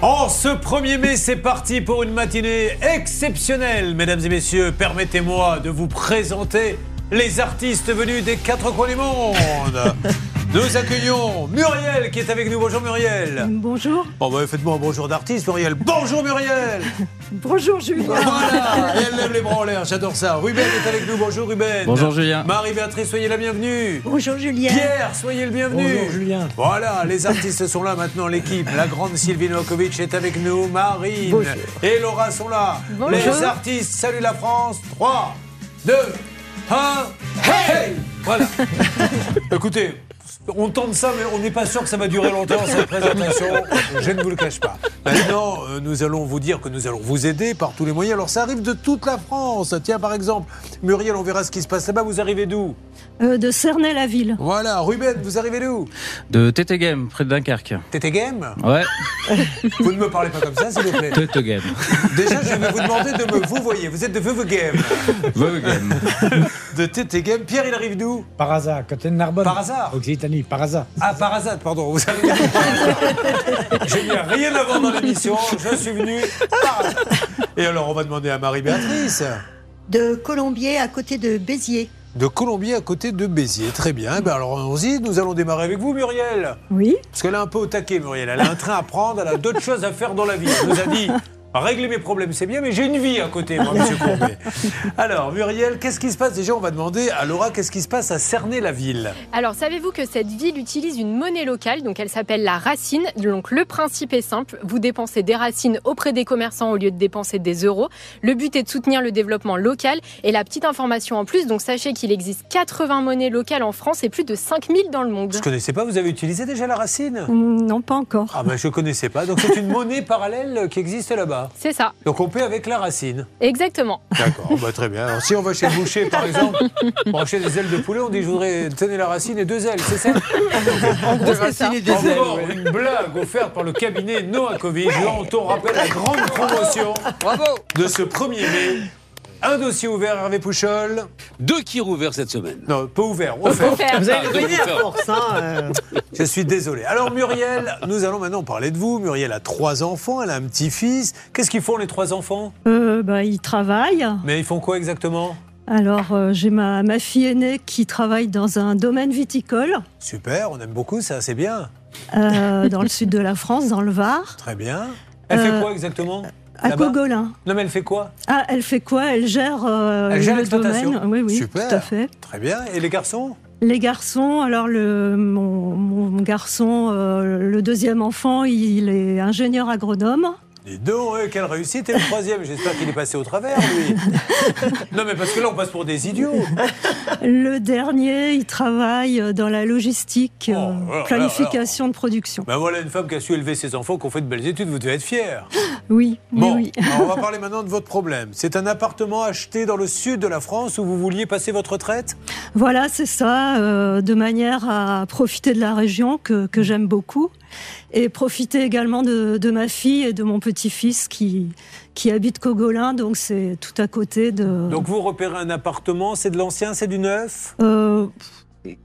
En ce 1er mai, c'est parti pour une matinée exceptionnelle, mesdames et messieurs. Permettez-moi de vous présenter les artistes venus des quatre coins du monde. Nous accueillons Muriel qui est avec nous. Bonjour Muriel. Bonjour. Bon, bah, faites-moi un bonjour d'artiste, Muriel. Bonjour Muriel. Bonjour Julien. Voilà, et elle lève les bras en l'air, j'adore ça. Ruben est avec nous, bonjour Ruben. Bonjour, Julien. Marie-Béatrice, soyez la bienvenue. Bonjour Julien. Pierre, soyez le bienvenu. Bonjour, Julien. Voilà, les artistes sont là maintenant, l'équipe. La grande Sylvie Novakovic est avec nous, Marine Bonjour. et Laura sont là. Bonjour. Les artistes, salut la France. 3, 2, 1, hey Voilà. Écoutez, on tente ça, mais on n'est pas sûr que ça va durer longtemps, cette présentation. Je ne vous le cache pas. Maintenant, euh, nous allons vous dire que nous allons vous aider par tous les moyens. Alors, ça arrive de toute la France. Tiens, par exemple, Muriel, on verra ce qui se passe là-bas. Vous arrivez d'où Euh, de Cernay-la-Ville. Voilà. Ruben, vous arrivez d'où De Tete Game, près de Dunkerque. T'étais game Ouais, Vous ne me parlez pas comme ça, s'il vous plaît. Tete Game. Déjà, je vais vous demander de me vous voyez. Vous êtes de Veuve Game, Veuve Game. de TT Game. Pierre, il arrive d'où Par hasard, côté de Narbonne. Par hasard Occitanie, par hasard. Ah, par hasard, pardon, vous avez raison. Je n'ai rien à voir dans l'émission, je suis venu par hasard. Et alors, on va demander à Marie-Béatrice de Colombier à côté de Béziers. de Colombier à côté de Béziers. Très bien, ben alors allons-y, nous allons démarrer avec vous, Muriel. Oui. Parce qu'elle est un peu au taquet, Muriel. Elle a un train à prendre, elle a d'autres choses à faire dans la vie. Elle nous a dit. Régler mes problèmes, c'est bien, mais j'ai une vie à côté, moi, monsieur Courbet. Alors, Muriel, qu'est-ce qui se passe Déjà, on va demander à Laura qu'est-ce qui se passe à Cerner-la-Ville. Alors, savez-vous que cette ville utilise une monnaie locale, donc elle s'appelle la racine. Donc, le principe est simple vous dépensez des racines auprès des commerçants au lieu de dépenser des euros. Le but est de soutenir le développement local. Et la petite information en plus, donc sachez qu'il existe 80 monnaies locales en France et plus de 5000 dans le monde. Je connaissais pas, vous avez utilisé déjà la racine Mm, Non, pas encore. Ah ben je connaissais pas. Donc c'est une monnaie parallèle qui existe là-bas. C'est ça, Donc on paie avec la racine. exactement. D'accord, bah très bien. Alors si on va chez le boucher par exemple, brancher des ailes de poulet, on dit je voudrais tenir la racine et deux ailes, c'est ça En gros, Encore une blague offerte par le cabinet Noakovic. Là, on te rappelle la grande promotion de ce 1er mai. Un dossier ouvert, Hervé Pouchol. Deux qui ouverts cette semaine. Non, pas ouvert, offert. Faire. Vous avez Je suis désolé. Alors Muriel, nous allons maintenant parler de vous. Muriel a trois enfants, elle a un petit-fils. Qu'est-ce qu'ils font les trois enfants Euh, bah, il travaille. Mais ils font quoi exactement Alors, euh, j'ai ma, ma fille aînée qui travaille dans un domaine viticole Super, on aime beaucoup ça, c'est bien. euh, dans le sud de la France, dans le Var, Très bien. Elle fait Euh, quoi exactement à Là-bas Cogolin. Non mais elle fait quoi Ah, elle fait quoi Elle gère, euh, Elle gère le l'exploitation. domaine. Oui, oui, Super. tout à fait. Très bien. Et les garçons Les garçons, alors le, mon, mon garçon, euh, le deuxième enfant, il est ingénieur agronome. Dis donc, eh, quelle réussite Et le troisième, j'espère qu'il est passé au travers, lui. non mais parce que là, on passe pour des idiots. Le dernier, il travaille euh, dans la logistique, Oh, euh, alors, planification de production. Ben voilà une femme qui a su élever ses enfants, qui ont fait de belles études, vous devez être fiers. Oui, oui, Bon, oui. alors on va parler maintenant de votre problème. C'est un appartement acheté dans le sud de la France où vous vouliez passer votre retraite Voilà, c'est ça, euh, de manière à profiter de la région que, que j'aime beaucoup et profiter également de, de ma fille et de mon petit-fils qui, qui habite Cogolin, donc c'est tout à côté de... Donc vous repérez un appartement, c'est de l'ancien, c'est du neuf Euh,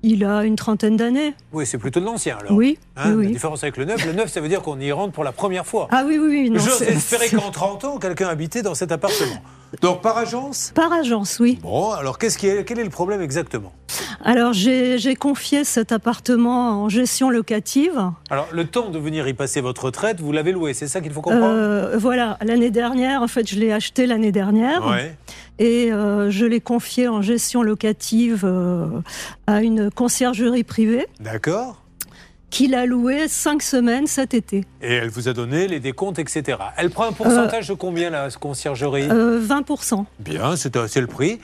il a une trentaine d'années, Oui, c'est plutôt de l'ancien alors. oui, Hein, oui, La oui. différence avec le neuf, le neuf ça veut dire qu'on y rentre pour la première fois. Ah oui, oui, oui. non, J'ose c'est- espérer c'est qu'en 30 ans, quelqu'un habitait dans cet appartement. Donc par agence Par agence, oui. Bon, alors qu'est-ce qui est, quel est le problème exactement Alors j'ai j'ai confié cet appartement en gestion locative. Alors le temps de venir y passer votre retraite, vous l'avez loué, c'est ça qu'il faut comprendre Euh, voilà, l'année dernière, en fait, je l'ai acheté l'année dernière Ouais. et euh, je l'ai confié en gestion locative euh, à une conciergerie privée D'accord. qui l'a loué cinq semaines cet été. Et elle vous a donné les décomptes, etc. Elle prend un pourcentage de combien la conciergerie Euh, 20%. Bien, c'est c'est le prix.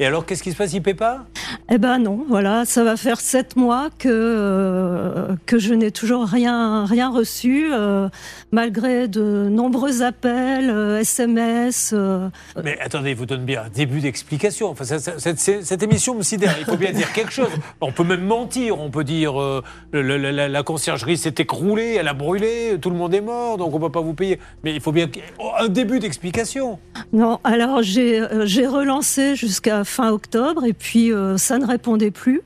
Et alors, qu'est-ce qui se passe Il ne paie pas Eh ben non, voilà, ça va faire sept mois que, euh, que je n'ai toujours rien, rien reçu, euh, malgré de nombreux appels, euh, SMS. euh, Mais attendez, il vous donne bien un début d'explication. Enfin, ça- ça- cette, cette- cette émission me sidère. Il faut bien dire quelque chose. On peut même mentir. On peut dire euh, le- le- la, la conciergerie s'est écroulée, elle a brûlé, tout le monde est mort, donc on ne peut pas vous payer. Mais il faut bien qu'- oh, un début d'explication. Non, alors j'ai euh, j'ai relancé jusqu'à fin octobre et puis euh, ça ne répondait plus.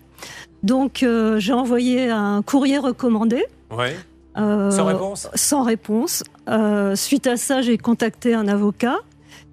Donc euh, j'ai envoyé un courrier recommandé Ouais. Euh, Sans réponse Sans réponse. Euh, suite à ça, j'ai contacté un avocat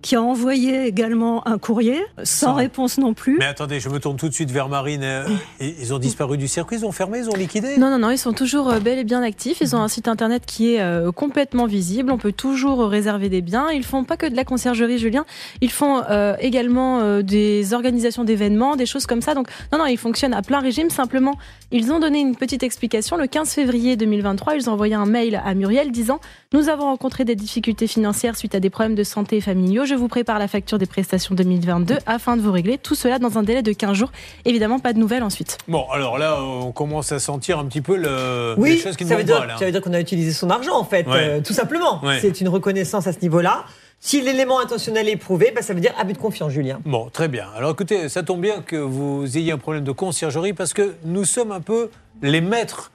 qui a envoyé également un courrier, sans, Sans- réponse non plus. Mais attendez, je me tourne tout de suite vers Marine. euh, et- Ils ont disparu du circuit, ils ont fermé, ils ont liquidé Non, non, non, ils sont toujours euh, bel et bien actifs. Ils ont un site internet qui est euh, complètement visible. On peut toujours euh, réserver des biens. Ils font pas que de la conciergerie, Julien. Ils font euh, également euh, des organisations d'événements, des choses comme ça. Donc, non, non, ils fonctionnent à plein régime. Simplement, ils ont donné une petite explication. Le 15 février 2023, ils ont envoyé un mail à Muriel disant Nous avons rencontré des difficultés financières suite à des problèmes de santé et familiaux. Je vous prépare la facture des prestations 2022 afin de vous régler tout cela dans un délai de 15 jours. Évidemment, pas de nouvelles ensuite. Bon, alors là, on commence à sentir un petit peu le... les Oui, choses qui hein. ne ça veut, vont dire, pas, là. ça veut dire qu'on a utilisé son argent, en fait, Ouais. euh, tout simplement. Ouais. C'est une reconnaissance à ce niveau-là. Si l'élément intentionnel est prouvé, bah, ça veut dire abus de confiance, Julien. Bon, très bien. Alors écoutez, ça tombe bien que vous ayez un problème de conciergerie parce que nous sommes un peu les maîtres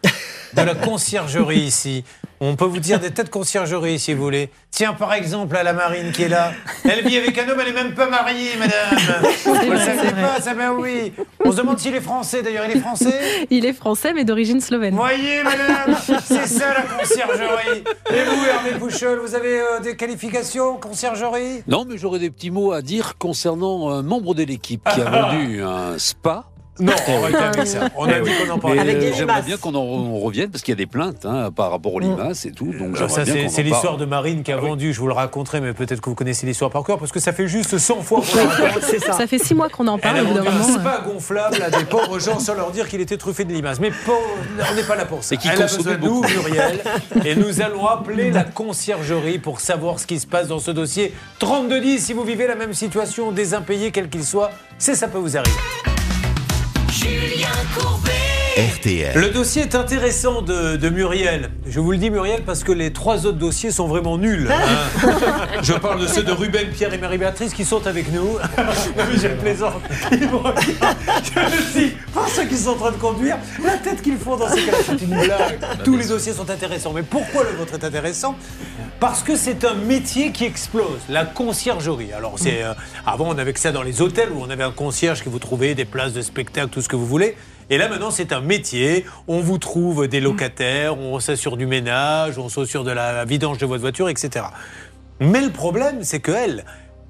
de la conciergerie ici. On peut vous dire des têtes conciergerie si vous voulez. Tiens, par exemple, à la Marine qui est là. Elle vit avec un homme, elle n'est même pas mariée, madame. Vous vrai, ne c'est savez vrai. pas, ça ben oui. On se demande s'il est français, d'ailleurs, il est français. Il est français, mais d'origine slovène. Voyez, madame, c'est ça la conciergerie. Et vous, Hervé Pouchol, vous avez euh, des qualifications conciergerie Non, mais j'aurais des petits mots à dire concernant un membre de l'équipe qui Ah. a vendu un spa. Non, on va terminer ça. Eh On a dit qu'on en parlait. Mais, Avec des J'aimerais Bah, limaces. bien qu'on en on revienne parce qu'il y a des plaintes hein, par rapport aux limaces et tout. Donc Alors j'aimerais Mm. Euh, ça, bien qu'on c'est en c'est l'histoire parle. Ah de Marine qui a vendu, je vous le raconterai, mais peut-être que vous connaissez l'histoire par cœur, parce que ça fait juste 100 fois qu'on la raconte. C'est ça. Ça fait six mois qu'on en Elle parle, a au bout d'un vendu un moment. spa gonflable à des pauvres gens sans leur dire qu'il était truffé de limaces. Mais pauvre, on n'est pas là pour ça. Et qui Elle a besoin consommait de nous, beaucoup. Muriel, et nous allons appeler la conciergerie pour savoir ce qui se passe dans ce dossier. 3210, si vous vivez la même situation, des impayés, quels qu'ils soient, c'est ça peut vous arriver. RTL. Le dossier est intéressant de, de Muriel. Je vous le dis, Muriel, parce que les trois autres dossiers sont vraiment nuls. hein. Je parle de ceux de Ruben, Pierre et Marie-Béatrice qui sont avec nous. Non, mais je plaisante. Ils me regardent. Je me dis, pour ceux qui sont en train de conduire, la tête qu'ils font dans ces cas-là, c'est une blague. Tous les dossiers sont intéressants. Mais pourquoi le vôtre est intéressant parce que c'est un métier qui explose, la conciergerie. Alors, c'est euh, avant, on avait que ça dans les hôtels où on avait un concierge qui vous trouvait des places de spectacle, tout ce que vous voulez. Et là, maintenant, c'est un métier. On vous trouve des locataires, on s'assure du ménage, on s'assure de la vidange de votre voiture, etc. Mais le problème, c'est qu'elle,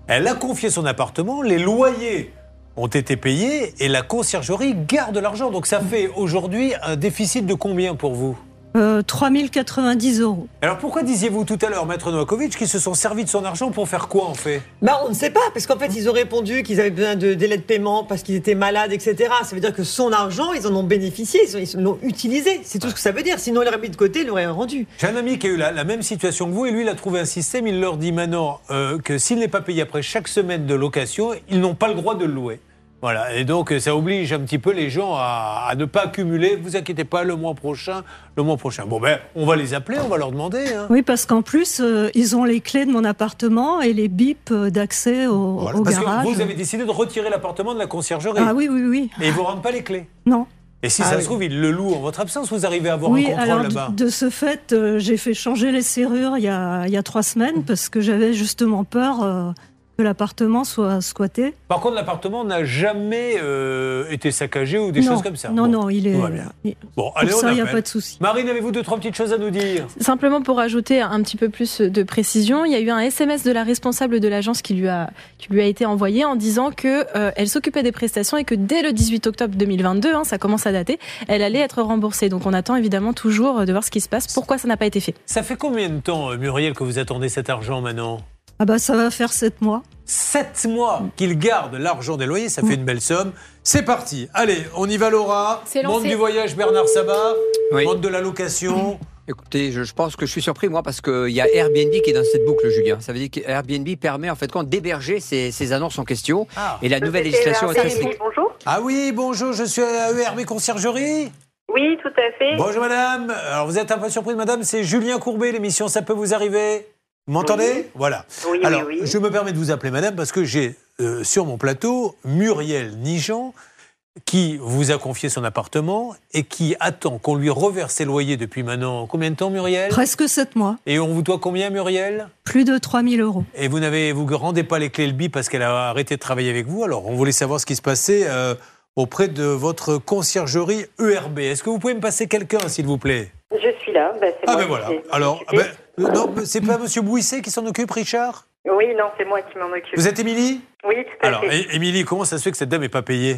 elle a confié son appartement, les loyers ont été payés et la conciergerie garde l'argent. Donc, ça fait aujourd'hui un déficit de combien pour vous Euh, 3090 euros. alors pourquoi disiez-vous tout à l'heure, Maître Novakovic, qu'ils se sont servis de son argent pour faire quoi en fait Bah, on ne sait pas, parce qu'en fait, ils ont répondu qu'ils avaient besoin de délai de paiement parce qu'ils étaient malades, etc. Ça veut dire que son argent, ils en ont bénéficié, ils ont- ils l'ont utilisé. C'est tout ce que ça veut dire. Sinon, ils l'auraient mis de côté, ils l'auraient rendu. J'ai un ami qui a eu la, la même situation que vous et lui, il a trouvé un système. Il leur dit maintenant euh, que s'il n'est pas payé après chaque semaine de location, ils n'ont pas le droit de le louer. Voilà, et donc euh, ça oblige un petit peu les gens à, à ne pas accumuler. Vous inquiétez pas, le mois prochain, le mois prochain. Bon ben, on va les appeler, on va leur demander. hein. Oui, parce qu'en plus, euh, ils ont les clés de mon appartement et les bips euh, d'accès au, Voilà. au Parce garage. euh. que vous avez décidé de retirer l'appartement de la conciergerie Ah oui, oui, oui. et ils vous rendent pas les clés. Non. Et si Ah ça oui. se trouve, ils le louent en votre absence. Vous arrivez à avoir oui, un alors contrôle là-bas. de, de ce fait, euh, j'ai fait changer les serrures il y a, il y a trois semaines Mhm. parce que j'avais justement peur euh, que l'appartement soit squatté. Par contre, l'appartement n'a jamais euh, été saccagé ou des non, choses comme ça. Non, Bon. non, il est. Tout va bien. il- Bon, pour allez, on ça, il n'y a appelle. pas de souci. Marine, avez-vous deux, trois petites choses à nous dire Simplement pour ajouter un petit peu plus de précision, il y a eu un SMS de la responsable de l'agence qui lui a qui lui a été envoyé en disant que euh, elle s'occupait des prestations et que dès le 18 octobre 2022, hein, ça commence à dater, elle allait être remboursée. Donc on attend évidemment toujours de voir ce qui se passe, pourquoi ça n'a pas été fait. Ça fait combien de temps, euh, Muriel, que vous attendez cet argent maintenant Ah bah ça va faire sept mois. Sept mois qu'il garde l'argent des loyers, ça fait une belle somme. C'est parti. Allez, on y va, Laura. C'est lancé. Monde du voyage, Bernard Sabat. Oui. Monde de la location. Écoutez, je, je pense que je suis surpris, moi, parce qu'il y a Airbnb qui est dans cette boucle, Julien. Ça veut dire qu'Airbnb permet, en fait, quand d'héberger ces, ces annonces en question. Ah. Et la nouvelle législation est très stricte. Bonjour. Ah oui, bonjour, je suis à ERB Conciergerie. Oui, tout à fait. Bonjour, madame. Alors, vous êtes un peu surprise, madame. C'est Julien Courbet, l'émission Ça peut vous arriver. Vous m'entendez Voilà. Oui, Alors, oui, oui. je me permets de vous appeler madame parce que j'ai euh, sur mon plateau Muriel Nigent qui vous a confié son appartement et qui attend qu'on lui reverse ses loyers depuis maintenant combien de temps, Muriel Presque sept mois. Et on vous doit combien, Muriel Plus de 3000 euros. Et vous n'avez, vous rendez pas les clés le bi parce qu'elle a arrêté de travailler avec vous. Alors, on voulait savoir ce qui se passait E euh, auprès de votre conciergerie ERB. Est-ce que vous pouvez me passer quelqu'un, s'il vous plaît Je suis là. Ben, c'est Ah moi ben qui voilà. ai- Alors, qui ai- ben, euh, non, mais c'est pas Monsieur Bouisset qui s'en occupe, Richard Oui, non, c'est moi qui m'en occupe. Vous êtes Émilie Oui, tout à Alors, fait. É- Émilie, comment ça se fait que cette dame n'est pas payée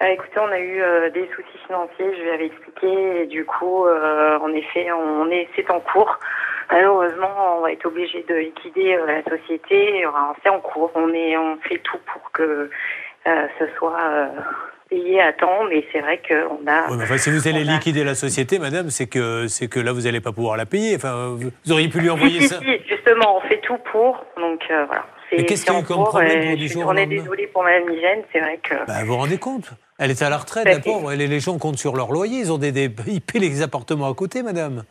Ah, écoutez, on a eu euh, des soucis financiers, je lui avais expliqué, et du coup, euh, en effet, on est, c'est en cours. Malheureusement, on va être obligé de liquider euh, la société. Enfin, c'est en cours. On est, on fait tout pour que euh, ce soit euh, payé à temps, mais c'est vrai qu'on a. Ouais, mais enfin, Si vous allez liquider la société, madame, c'est que, c'est que là, vous n'allez pas pouvoir la payer. Enfin, vous vous auriez pu lui envoyer Si, ça. si, si, justement, on fait tout pour. Donc euh, voilà. Mais C'est- qu'est-ce c'est qu'il y a en eu comme cours, problème et pour je du suis- jour au On est lendemain désolé pour Madame Hygiène, c'est vrai que. Bah, vous vous rendez compte Elle est à la retraite, Tout à la fait. pauvre. Les, les gens comptent sur leur loyer. Ils ont des, des- ils paient les appartements à côté, madame.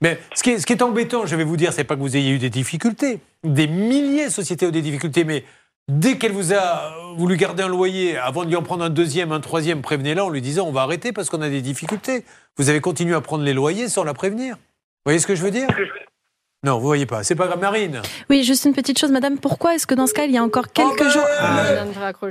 Mais ce qui, est, ce qui est embêtant, je vais vous dire, c'est pas que vous ayez eu des difficultés. Des milliers de sociétés ont des difficultés, mais dès qu'elle vous a voulu garder un loyer, avant de lui en prendre un deuxième, un troisième, prévenez-la en lui disant on va arrêter parce qu'on a des difficultés. Vous avez continué à prendre les loyers sans la prévenir. Vous voyez ce que je veux dire Non, vous voyez pas. C'est pas grave, Marine. Oui, juste une petite chose, madame. Pourquoi est-ce que dans ce cas, il y a encore quelques jours. Ah,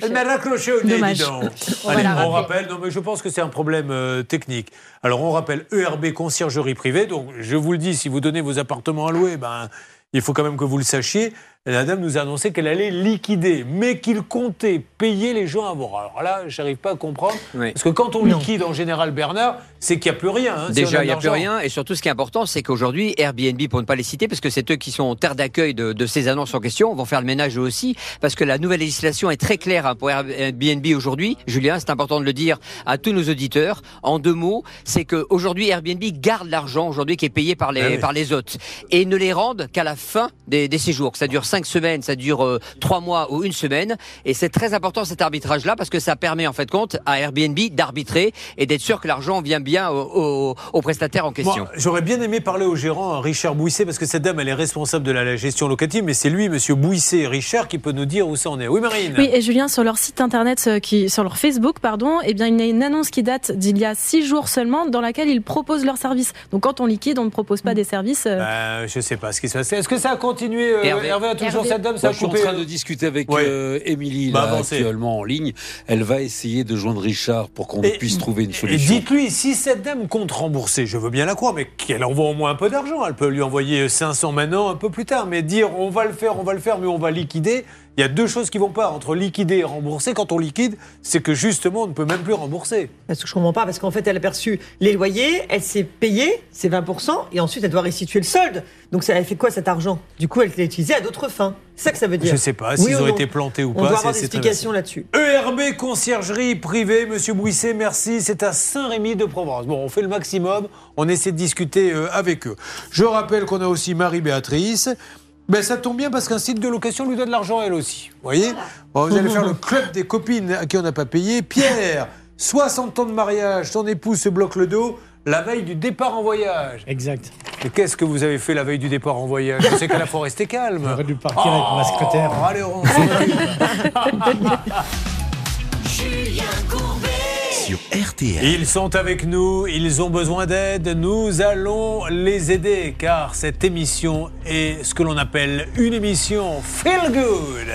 Elle m'a raccroché au nez, Dommage. dis donc. On va Allez, la on rappeler. rappelle. Non, mais je pense que c'est un problème euh, technique. Alors, on rappelle ERB Conciergerie Privée. Donc, je vous le dis, si vous donnez vos appartements à louer, ben, il faut quand même que vous le sachiez. La dame nous a annoncé qu'elle allait liquider, mais qu'il comptait payer les gens avant. Alors là, j'arrive pas à comprendre. Parce que quand on liquide, en général, Bernard, c'est qu'il n'y a plus rien. hein, si on Déjà, il n'y a plus l'argent. rien. Et surtout, ce qui est important, c'est qu'aujourd'hui, Airbnb, pour ne pas les citer, parce que c'est eux qui sont en terre d'accueil de, de ces annonces en question, vont faire le ménage eux aussi, parce que la nouvelle législation est très claire hein, pour Airbnb aujourd'hui. Julien, c'est important de le dire à tous nos auditeurs. En deux mots, c'est qu'aujourd'hui, Airbnb garde l'argent aujourd'hui qui est payé par les, Ah oui. par les hôtes et ne les rendent qu'à la fin des, des séjours. Ça dure cinq semaines, ça dure euh, trois mois ou une semaine. Et c'est très important cet arbitrage-là parce que ça permet en fait compte à Airbnb d'arbitrer et d'être sûr que l'argent vient bien au, au- au prestataire en question. Moi, J'aurais bien aimé parler au gérant hein, Richard Bouisset, parce que cette dame, elle est responsable de la, la gestion locative, mais c'est lui, monsieur Bouisset, Richard, qui peut nous dire où ça en est. Oui, Marine Oui, et Julien, sur leur site internet, euh, qui, sur leur Facebook, pardon, eh bien, il y a une annonce qui date d'il y a six jours seulement, dans laquelle ils proposent leurs services. Donc, quand on liquide, on ne propose Mm. pas des services. euh, Euh, je sais pas ce qui se passe. Est-ce que ça a continué euh, Hervé. Hervé. a toujours Hervé. cette dame, ça Moi, a je suis en coupé. euh, train de discuter avec Ouais. euh, Émilie Bah, là, avancez. actuellement en ligne. Elle va essayer de joindre Richard pour qu'on Et- puisse trouver une Et solution. dites-lui, si cette dame compte rembourser, je veux bien la croire, mais qu'elle envoie au moins un peu d'argent. Elle peut lui envoyer 500 maintenant, un peu plus tard. Mais dire on va le faire, on va le faire, mais on va liquider, il y a deux choses qui vont pas. Entre liquider et rembourser, quand on liquide, c'est que justement, on ne peut même plus rembourser. Parce que je comprends pas, parce qu'en fait, elle a perçu les loyers, elle s'est payée, c'est 20%, et ensuite, elle doit restituer le solde. Donc, ça, elle fait quoi cet argent Du coup, elle l'a utilisé à d'autres fins. C'est ça que ça veut dire. Je sais pas Oui s'ils ou ont non été plantés ou On pas. doit c'est- avoir des c'est très explications là-dessus. ERB E Conciergerie Privée, Monsieur Bouisset, merci. C'est à Saint-Rémy-de-Provence. Bon, on fait le maximum. On essaie de discuter euh, avec eux. Je rappelle qu'on a aussi Marie-Béatrice. Ben, ça tombe bien parce qu'un site de location lui donne de l'argent elle aussi. Vous voyez Bon, Vous allez faire le club des copines à qui on n'a pas payé. Pierre, 60 ans de mariage, son époux se bloque le dos la veille du départ en voyage. Exact. Mais qu'est-ce que vous avez fait la veille du départ en voyage Je sais qu'à la faut rester calme. J'aurais dû partir avec ma secrétaire. Allez, on se Sur RTL. Ils sont avec nous, ils ont besoin d'aide, nous allons les aider car cette émission est ce que l'on appelle une émission feel good.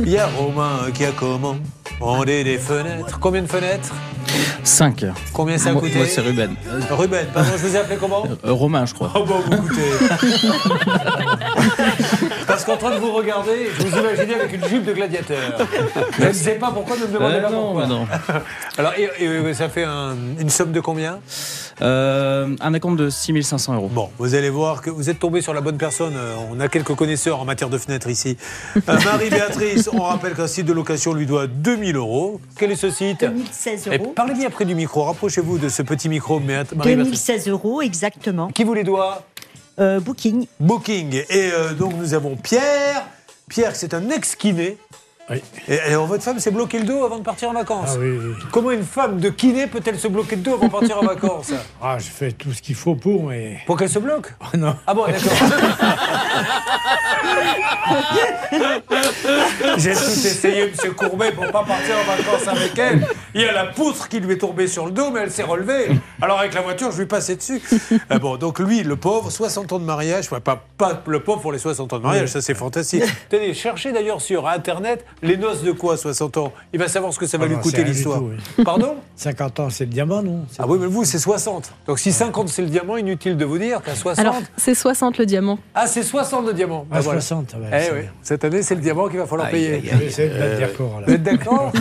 Il y a Romain qui a commandé des fenêtres. Combien de fenêtres 5. Combien ça a coûté Moi, c'est Ruben. Ruben, pardon, je vous ai appelé comment Euh, Romain, je crois. Oh bon, vous écoutez. Parce qu'en train de vous regarder, je vous imaginez avec une jupe de gladiateur. Je ne sais pas pourquoi ne me demandez Euh, pas non, pourquoi. bah non. Alors, et- et ça fait un- une somme de combien Euh, un acompte de 6500 euros. Bon, vous allez voir que vous êtes tombé sur la bonne personne. Euh, On a quelques connaisseurs en matière de fenêtres ici. Euh, Marie-Béatrice, on rappelle qu'un site de location lui doit 2000 euros. Quel est ce site 2016 Et euros. parlez bien près du micro, rapprochez-vous de ce petit micro. Mais att- Marie-Béatrice. 2016 euros, exactement. Euh, Qui vous les doit Booking. Booking. Et euh, donc nous avons Pierre. Pierre, c'est un ex-kiné. Et, et alors, votre femme s'est bloqué le dos avant de partir en Ah vacances. Comment une femme de kiné peut-elle se bloquer le dos avant de partir en vacances Ah, je fais tout ce qu'il faut pour, mais. Pour qu'elle se bloque Oh non. Ah bon, J'ai tout essayé, Monsieur Courbet, pour pas partir en vacances avec elle. Il y a la poutre qui lui est tombée sur le dos, mais elle s'est relevée. Alors avec la voiture, je lui passais dessus. Ah bon, donc lui, le pauvre, 60 ans de mariage, ouais, pas, pas le pauvre pour les 60 ans de mariage, ça c'est fantastique. Tenez, cherchez d'ailleurs sur Internet Les noces de quoi, 60 ans Il va savoir ce que ça va Ah lui non, coûter c'est rien du l'histoire. tout, Pardon 50 ans, c'est le diamant, non Ah oui, mais vous, c'est 60. Donc si 50 c'est le diamant, inutile de vous dire qu'à 60. Alors, c'est 60 le diamant. Ah, c'est 60 de diamant. Ah, 60, ouais, eh c'est oui. bien. Cette année, c'est le diamant qu'il va falloir Aïe, payer. aïe, aïe. Oui, c'est le date d'accord, là. Vous êtes d'accord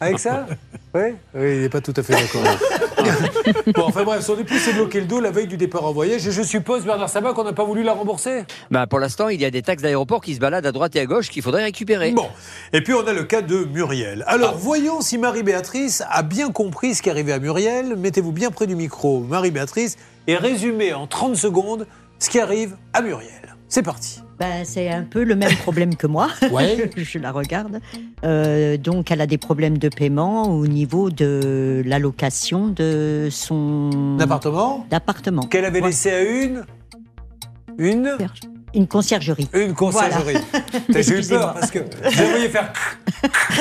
avec ça Oui Oui, il n'est pas tout à fait d'accord. bon, enfin bref, son époux s'est bloqué le dos la veille du départ en voyage et je suppose, Bernard Sabat, qu'on n'a pas voulu la rembourser Bah, pour l'instant, il y a des taxes d'aéroport qui se baladent à droite et à gauche qu'il faudrait récupérer. Bon, et puis on a le cas de Muriel. Alors voyons si Marie-Béatrice a bien compris ce qui arrivait à Muriel. Mettez-vous bien près du micro, Marie-Béatrice, et résumez en 30 secondes ce qui arrive à Muriel. C'est parti. Ben, c'est un peu le même problème que moi. Ouais. Je la regarde. Euh, donc, elle a des problèmes de paiement au niveau de l'allocation de son appartement. D'appartement. Qu'elle avait laissé à une. Une. Une conciergerie. Une conciergerie. Putain, J'ai eu Excusez-moi. peur parce que je la voyais faire.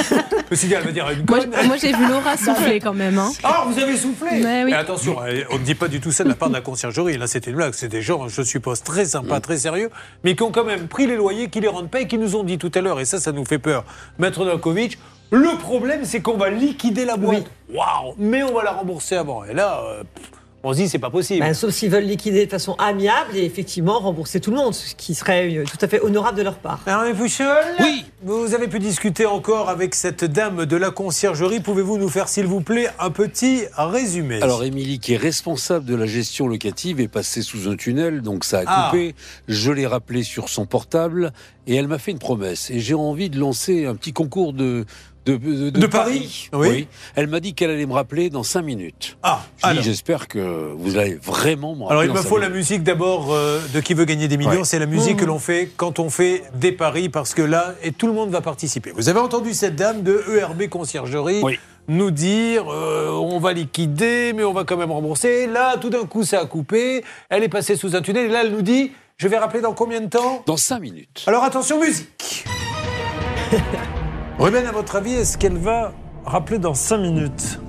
Je me suis dit, elle va dire une Moi, conne. je- moi, j'ai vu Laura souffler quand même. hein. Ah, vous avez soufflé Mais oui. Et attention, euh, on ne dit pas du tout ça de la part de la conciergerie. Là, c'était une blague. C'est des gens, je suppose, très Mm. sympas, très sérieux, mais qui ont quand même pris les loyers, qui les rendent pas et qui nous ont dit tout à l'heure, et ça, ça nous fait peur, Maître Nankovic, le problème, c'est qu'on va liquider la boîte. Waouh Mais on va la rembourser avant. Et là, euh, pff, on se dit, c'est pas possible. Ben, sauf s'ils veulent liquider de façon amiable et effectivement rembourser tout le monde, ce qui serait euh, tout à fait honorable de leur part. Hervé Pouchol Oui Vous avez pu discuter encore avec cette dame de la conciergerie. Pouvez-vous nous faire, s'il vous plaît, un petit résumé Alors, Émilie, qui est responsable de la gestion locative, est passée sous un tunnel, donc ça a Ah. coupé. Je l'ai rappelé sur son portable et elle m'a fait une promesse. Et j'ai envie de lancer un petit concours de. De, De Paris Oui. Elle m'a dit qu'elle allait me rappeler dans 5 minutes. Ah, Je dis, alors. j'espère que vous allez vraiment me rappeler. Alors, il dans me cinq faut la minutes. musique d'abord euh, de Qui veut gagner des millions. Ouais. Mmh. C'est la musique que l'on fait quand on fait des paris, parce que là, et tout le monde va participer. Vous avez entendu cette dame de ERB Conciergerie Oui. nous dire euh, on va liquider, mais on va quand même rembourser. Là, tout d'un coup, ça a coupé. Elle est passée sous un tunnel. Et là, elle nous dit je vais rappeler dans combien de temps Dans 5 minutes. Alors, attention, musique Ruben, à votre avis, est-ce qu'elle va rappeler dans 5 minutes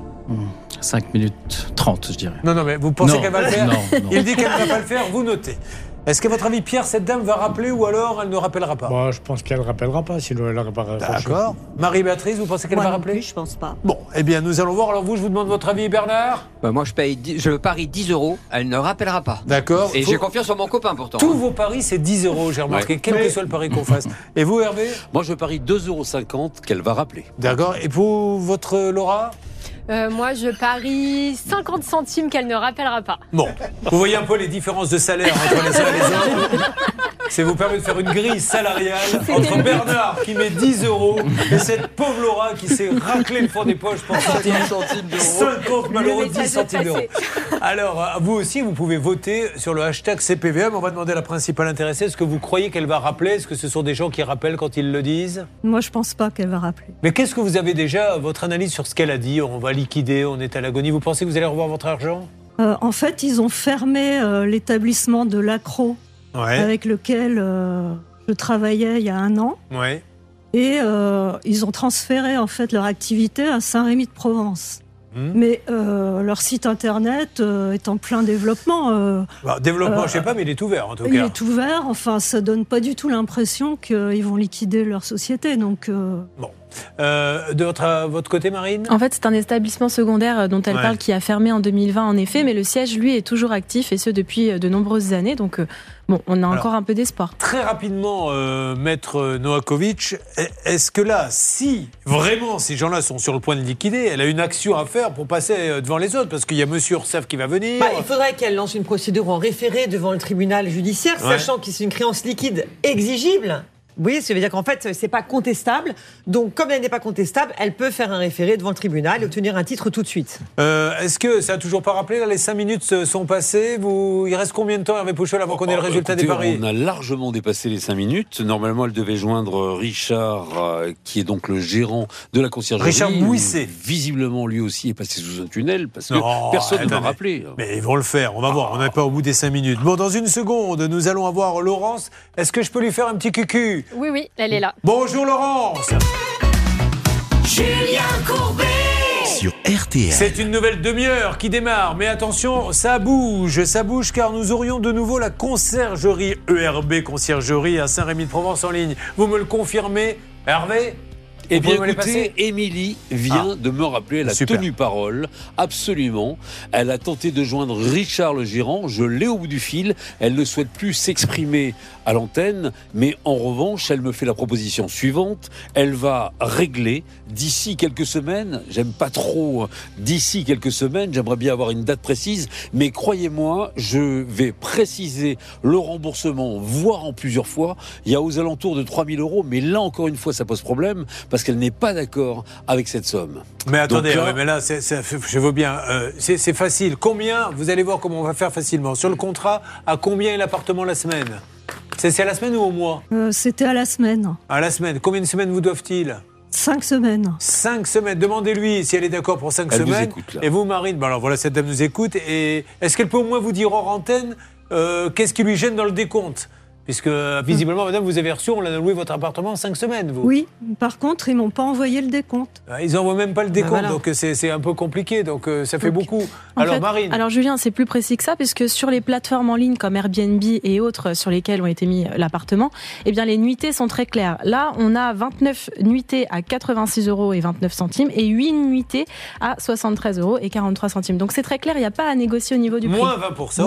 5 minutes 30, je dirais. Non, non, mais vous pensez Non, qu'elle va le faire non, non. Il dit qu'elle ne va pas le faire, vous notez. Est-ce qu'à votre avis, Pierre, cette dame va rappeler ou alors elle ne rappellera pas Moi, Bah, je pense qu'elle ne rappellera pas, sinon elle rappellera pas. D'accord. Marie-Béatrice, vous pensez qu'elle Moi va non rappeler plus, je pense pas. Bon, eh bien, nous allons voir. Alors, vous, je vous demande votre avis, Bernard Bah, moi, je, paye dix- je parie 10 euros, elle ne rappellera pas. D'accord. Et Faut- j'ai confiance en mon copain pourtant. Tous vos paris, c'est 10 euros, j'ai remarqué, Ouais. quel que Mais- soit le pari qu'on fasse. Et vous, Hervé Moi, je parie 2,50 euros qu'elle va rappeler. D'accord. Et pour votre Laura Euh, moi, je parie 50 centimes qu'elle ne rappellera pas. Bon, vous voyez un peu les différences de salaire entre les uns et les autres. Ça vous permet de faire une grille salariale entre Bernard qui met 10 euros et cette pauvre Laura qui s'est raclée le fond des poches pour sortir 50 malheureux Le message 10 est centimes d'euros. passé. Alors, euh, vous aussi, vous pouvez voter sur le hashtag CPVM. On va demander à la principale intéressée est-ce que vous croyez qu'elle va rappeler Est-ce que ce sont des gens qui rappellent quand ils le disent Moi, je pense pas qu'elle va rappeler. Mais qu'est-ce que vous avez déjà, votre analyse sur ce qu'elle a dit On va liquider, on est à l'agonie. Vous pensez que vous allez revoir votre argent Euh, en fait, ils ont fermé euh, l'établissement de l'Acro Ouais. avec lequel euh, je travaillais il y a un an. Ouais. Et euh, ils ont transféré en fait leur activité à Saint-Rémy-de-Provence. Hmm. Mais euh, leur site internet euh, est en plein développement. euh, Bah, développement, Euh, je sais pas, mais il est ouvert en tout il cas. est ouvert. Enfin, ça donne pas du tout l'impression qu'ils vont liquider leur société. Donc, euh, Euh, de votre, à votre côté, Marine En fait, c'est un établissement secondaire euh, dont elle Ouais. Mm. parle qui a fermé en 2020, en effet, mais le siège, lui, est toujours actif et ce depuis euh, de nombreuses années. Donc, euh, bon, on a Alors. encore un peu d'espoir. Très rapidement, euh, Maître Noakovic, e- est-ce que là, si vraiment ces gens-là sont sur le point de liquider, elle a une action à faire pour passer euh, devant les autres Parce qu'il y a Monsieur Ursav qui va venir. Bah, il faudrait qu'elle lance une procédure en référé devant le tribunal judiciaire, Ouais. sachant que c'est une créance liquide exigible. Vous voyez, ça veut dire qu'en fait, c'est pas contestable. Donc, comme elle n'est pas contestable, elle peut faire un référé devant le tribunal et obtenir un titre tout de suite. Euh, est-ce que ça a toujours pas rappelé là, Les cinq minutes euh, sont passées. Vous... Il reste combien de temps, Hervé Pouchol, avant qu'on ait le Oh, résultat des écoutez, paris On a largement dépassé les 5 minutes. Normalement, elle devait joindre Richard, euh, qui est donc le gérant de la conciergerie. Richard Bouisset. Visiblement, lui aussi est passé sous un tunnel parce que Non, personne ne m'a attendez. rappelé. Mais ils vont le faire, on va voir, on n'est pas au bout des cinq minutes. Bon, dans une seconde, nous allons avoir Laurence. Est-ce que je peux lui faire un petit cucu Oui, oui, elle est là. Bonjour Laurence Sur RTL. C'est une nouvelle demi-heure qui démarre, mais attention, ça bouge, ça bouge car nous aurions de nouveau la E hein, conciergerie ERB Conciergerie à Saint-Rémy-de-Provence en ligne. Vous me le confirmez, Hervé Eh bien, pouvez me les écoutez, passer Émilie vient de me rappeler, elle a Super. tenu parole, absolument. Elle a tenté de joindre Richard Le Girand, je l'ai au bout du fil. Elle ne souhaite plus s'exprimer à l'antenne, mais en revanche, elle me fait la proposition suivante. Elle va régler d'ici quelques semaines, j'aime pas trop hein, d'ici quelques semaines, j'aimerais bien avoir une date précise, mais croyez-moi, je vais préciser le remboursement, voire en plusieurs fois. Il y a aux alentours de 3000 euros, mais là encore une fois, ça pose problème parce qu'elle n'est pas d'accord avec cette somme. Mais attendez, Donc là- ouais, mais là, c'est- c'est- je veux bien. euh, c'est c'est facile. Combien Vous allez voir comment on va faire facilement. Sur le contrat, à combien est l'appartement la semaine C'est c'est à la semaine ou au mois Euh, C'était à la semaine. À la semaine. Combien de semaines vous doivent-ils Cinq semaines. Cinq semaines. Demandez-lui si elle est d'accord pour cinq Elle nous semaines. écoute, là. Et vous, Marine, ben alors voilà, cette dame nous écoute. Et est-ce qu'elle peut au moins vous dire hors antenne euh, qu'est-ce qui lui gêne dans le décompte Puisque euh, visiblement, madame, vous avez reçu, on l'a loué votre appartement en cinq semaines, vous. Oui, par contre, ils m'ont pas envoyé le décompte. Euh, Ils n'envoient même pas le décompte, voilà. donc euh, c'est c'est un peu compliqué, donc euh, ça fait beaucoup. En Alors fait, Marine, Alors Julien, c'est plus précis que ça, puisque sur les plateformes en ligne comme Airbnb et autres sur lesquelles ont été mis euh, l'appartement, eh bien les nuitées sont très claires. Là, on a 29 nuitées à 86 euros et 29 centimes et 8 nuitées à 73 euros et 43 centimes. Donc c'est très clair, il n'y a pas à négocier au niveau du moins prix. 20%.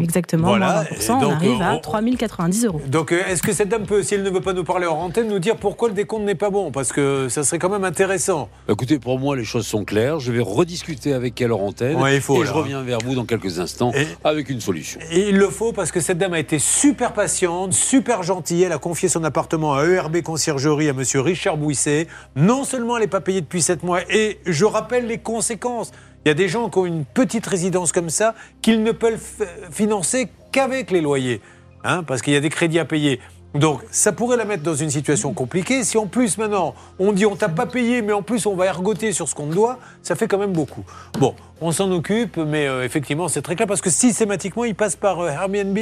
Exactement, Voilà, moins et 20%, on donc, arrive euh, à on- 3090 euros. Donc, euh, est-ce que cette dame peut, si elle ne veut pas nous parler en antenne, nous dire pourquoi le décompte n'est pas bon Parce que ça serait quand même intéressant. Écoutez, pour moi, les choses sont claires. Je vais rediscuter avec elle en antenne. Ouais, il faut, et je là. reviens vers vous dans quelques instants avec une solution. Et il le faut parce que cette dame a été super patiente, super gentille. Elle a confié son appartement à ERB Conciergerie à monsieur Richard Bouisset. Non seulement elle n'est pas payée depuis 7 mois, et je rappelle les conséquences. Il y a des gens qui ont une petite résidence comme ça qu'ils ne peuvent f- financer qu'avec les loyers, hein, parce qu'il y a des crédits à payer. Donc ça pourrait la mettre dans une situation compliquée. Si en plus maintenant on dit on t'a pas payé, mais en plus on va ergoter sur ce qu'on te doit, ça fait quand même beaucoup. Bon, on s'en occupe, mais euh, effectivement c'est très clair parce que systématiquement il passe par euh, Airbnb.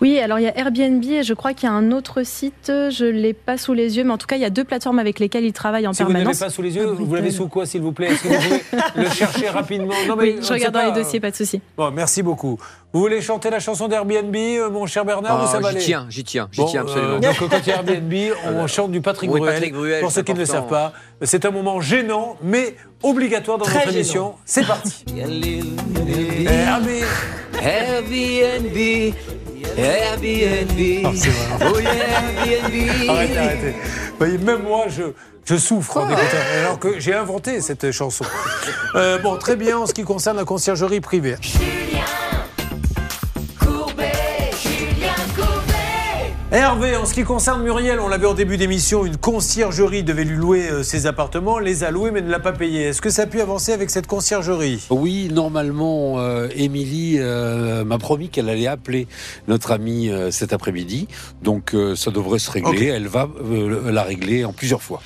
Oui, alors il y a Airbnb et je crois qu'il y a un autre site, euh, je ne l'ai pas sous les yeux, mais en tout cas, il y a deux plateformes avec lesquelles ils travaillent en Si vous ne l'avez permanence. pas sous les yeux, vous l'avez sous quoi s'il vous plaît Est-ce que vous pouvez le chercher rapidement Non, mais Oui, on ne je sait regarde dans les pas. dossiers, pas de souci. Bon, merci beaucoup. Vous voulez chanter la chanson d'Airbnb, euh, mon cher Bernard, Ah, ou ça va j'y aller tiens, j'y tiens, j'y tiens euh, absolument. donc, côté Airbnb, on Alors, chante du Patrick, oui, Bruel. Patrick Bruel, Pour ceux c'est qui ne le savent important. pas, c'est un moment gênant, mais obligatoire dans Très notre gênant. émission. C'est parti. Eh, ah, Airbnb. Airbnb, Airbnb. Ah, Oh yeah, Arrêtez, Airbnb. arrêtez. Vous voyez, même moi, je, je souffre en écoutant, alors que j'ai inventé cette chanson. Euh, bon, très bien en ce qui concerne la conciergerie privée. Eh, Hervé, en ce qui concerne Muriel, on l'avait en début d'émission, une conciergerie devait lui louer euh, ses appartements, les a loués mais ne l'a pas payé. Est-ce que ça a pu avancer avec cette conciergerie Oui, normalement, euh, Émilie euh, m'a promis qu'elle allait appeler notre amie euh, cet après-midi. Donc, euh, ça devrait se régler. Elle va euh, la régler en plusieurs fois.